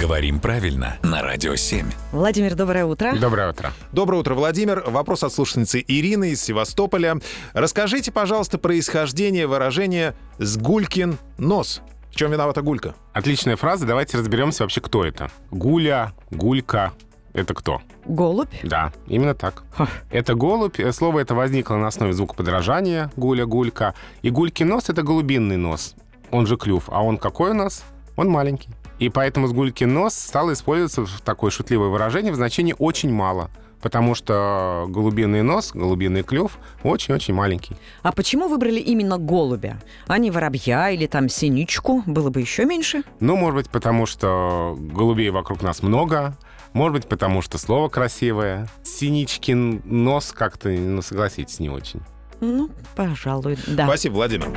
Говорим правильно на Радио 7. Владимир, доброе утро. Доброе утро. Доброе утро, Владимир. Вопрос от слушательницы Ирины из Севастополя. Расскажите, пожалуйста, происхождение выражения «сгулькин нос». В чем виновата гулька? Отличная фраза. Давайте разберемся вообще, кто это. Гуля, гулька. Это кто? Голубь. Да, именно так. Это голубь. Э, Слово это возникло на основе звукоподражания гуля, гулька. И гулькин нос — это голубинный нос. Он же клюв. А он какой у нас? Он маленький. И поэтому сгулькин нос стало использоваться в такое шутливое выражение в значении «очень мало». Потому что голубиный нос, голубиный клюв очень-очень маленький. А почему выбрали именно голубя, а не воробья или там синичку? Было бы еще меньше. Ну, может быть, потому что голубей вокруг нас много. Может быть, потому что слово красивое. Синичкин нос как-то, ну, согласитесь, не очень. Ну, пожалуй, да. Спасибо, Владимир.